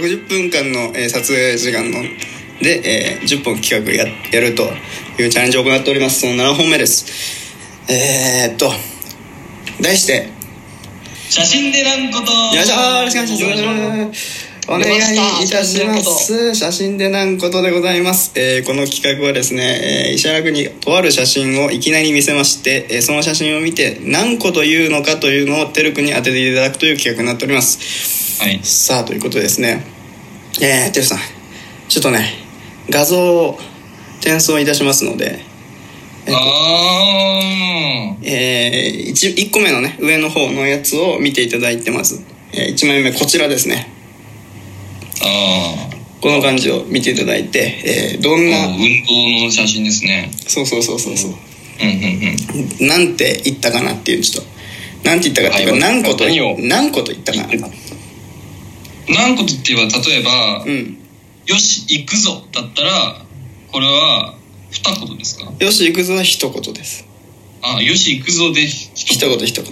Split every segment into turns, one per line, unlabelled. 間の、えー撮影時間ので、えー10本企画ややるというチャレンジを行っておりますその7本目ですえー、っと題して
写真でなんこと
よいしょよろしくお願いしますお願いいたします写真でなんことでございます、えーこの企画はですね、えー石原君にとある写真をいきなり見せまして、えーその写真を見て何個というのかというのをてる君に当てていただくという企画になっております
はい
さあということでですねえー、てるさんちょっとね画像を転送いたしますのでえっと
あ
えー、1, 一個目のね上の方のやつを見ていただいてます、え1枚目こちらですね
ーあー
この感じを見ていただいて、えーどんな、
運動の写真ですね
そうそうそうそうそう
うんうんうん
なんて言ったかなっていうちょっとなんて言ったかっていうか、
はい
何個と
何を
何個と言ったかな
何ことって言えば例えば、
うん
よし行くぞだったらこれは二言ですか
よし行くぞは一言です
あよし行くぞで
一言一言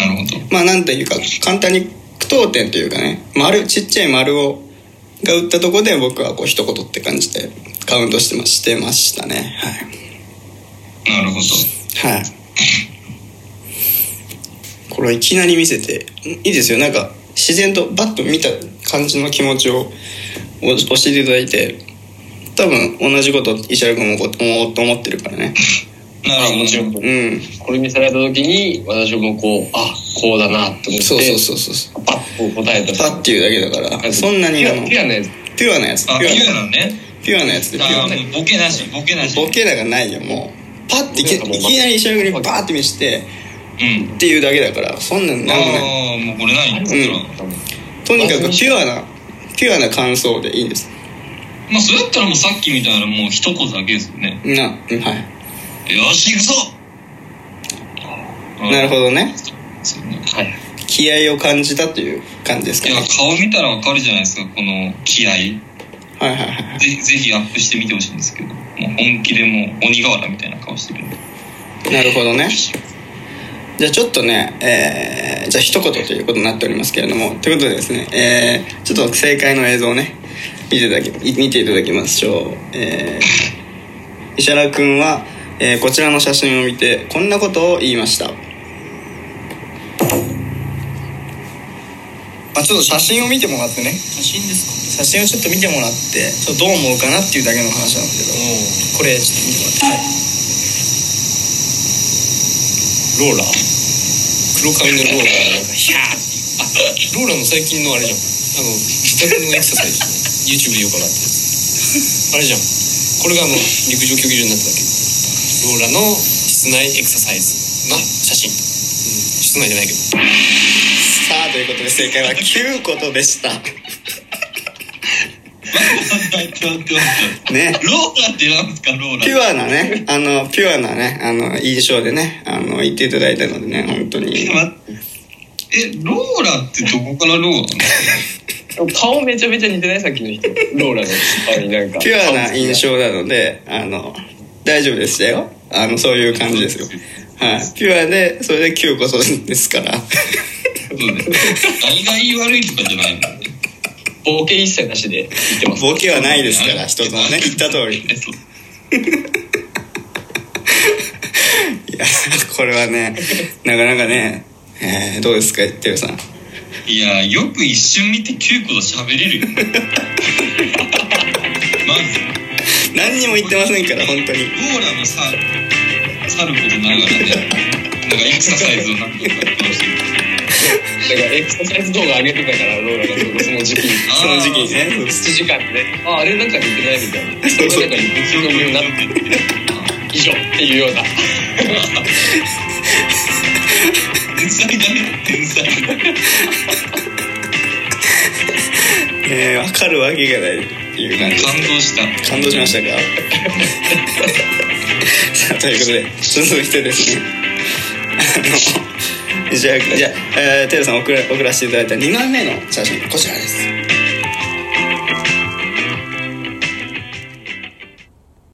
なるほど
まあなんていうか簡単に句読点というかね丸ちっちゃい丸をが打ったとこで僕はこう一言って感じでカウントしてましてましたね
なるほど
はいはいこれをいきなり見せていいですよなんか自然とバッと見た感じの気持ちをお教えていただいて多分同じこと石原君もこう思うと思ってるからね
なるほど
もちろん
うん
これ見せられた時に私もこうあこうだなって思って
そうそうそうそう
パッと答えた
パッていうだけだからそんなに
ピ
あ
ュ
の
アピュアなやつ
ピュアなやつピュ
あ
アな
ピ
や
ュ
つ
アなのね
ピュアなやつでピュ
あ
アな
ーもうボケなしボケなし
ボケらがないよもうパッていきい
ボケなんかもう
きなり一緒にバーって見して
うん
っていうだけだからそんなんなんもな
あ
い
あもうこれないんだった
う
ら、
んとにかくピュアなピュアな感想でいいんです
まあそれだったらもうさっきみたいなもう一言だけですよね
なうんはい
よし行くぞ
なるほ
ど
どね
ですよね
はい
気合を感じたという感じですか
い
ね
や顔見たらわかるじゃないですかこの気合
はいはいはい
ぜひぜひアップしてみてほしいんですけどもう本気でもう鬼瓦みたいな顔してるんで
なるほ どねじゃあちょっとね、えー、じゃあ一言ということになっておりますけれどもということでですね、えー、ちょっと正解の映像をね見ていただき見ていただきましょう、えー、石原君は、えーこちらの写真を見てこんなことを言いましたあちょっと写真を見てもらってね
写真です
写真をちょっと見てもらってちょっとどう思うかなっていうだけの話なんですけどこれちょっと見てもらってはい
ローラー黒髪のローラーヒャーってローラーの最近のあれじゃんあの自宅のエクササイズ YouTube でよく上がってるあれじゃんこれがあの陸上競技場になっただけローラの室内エクササイズの写真、室内じゃないけど
さあということで正解は9ことでした
か待って待って待っ て
ね
ローラってなんですかローラ
ピュアなねあのピュアなねあの印象でねあの言っていただいたのでね本当に
待ってえローラってどこからローラなの
顔めちゃめちゃ似てないさっきの人ローラの顔になんか
ピュアな印象なのであの大丈夫でしたよあのそういう感じですよはいピュアでそれで9ことですから
そうね大概悪いとかじゃないもんね
ボケ一切なしで言ってます
ボケはないですから人とはね言った通り
えそう
いやこれはねなかなかね、えーどうですかてるさん
いやよく一瞬見て9個と喋れ るよまず
何にも言ってませんから本当に
ローラのささることながらねなんかエクササイズをなんとかやってほしい
だからエクササイズ動画上げてたからローラがちょうどその時期に
あー
その時期にねそう
7時間でねああれなんか似てないみたいなそ
そう そう
れなんか似てるようになって以上っていうような
天才だね 天才だね
えー、わかるわけがないっていう感じ
感動した
感動しましたかさあということで続いてですねあのじゃあじゃあ、えー、テルさん送ら送らせていただいた2枚目の写真こちらです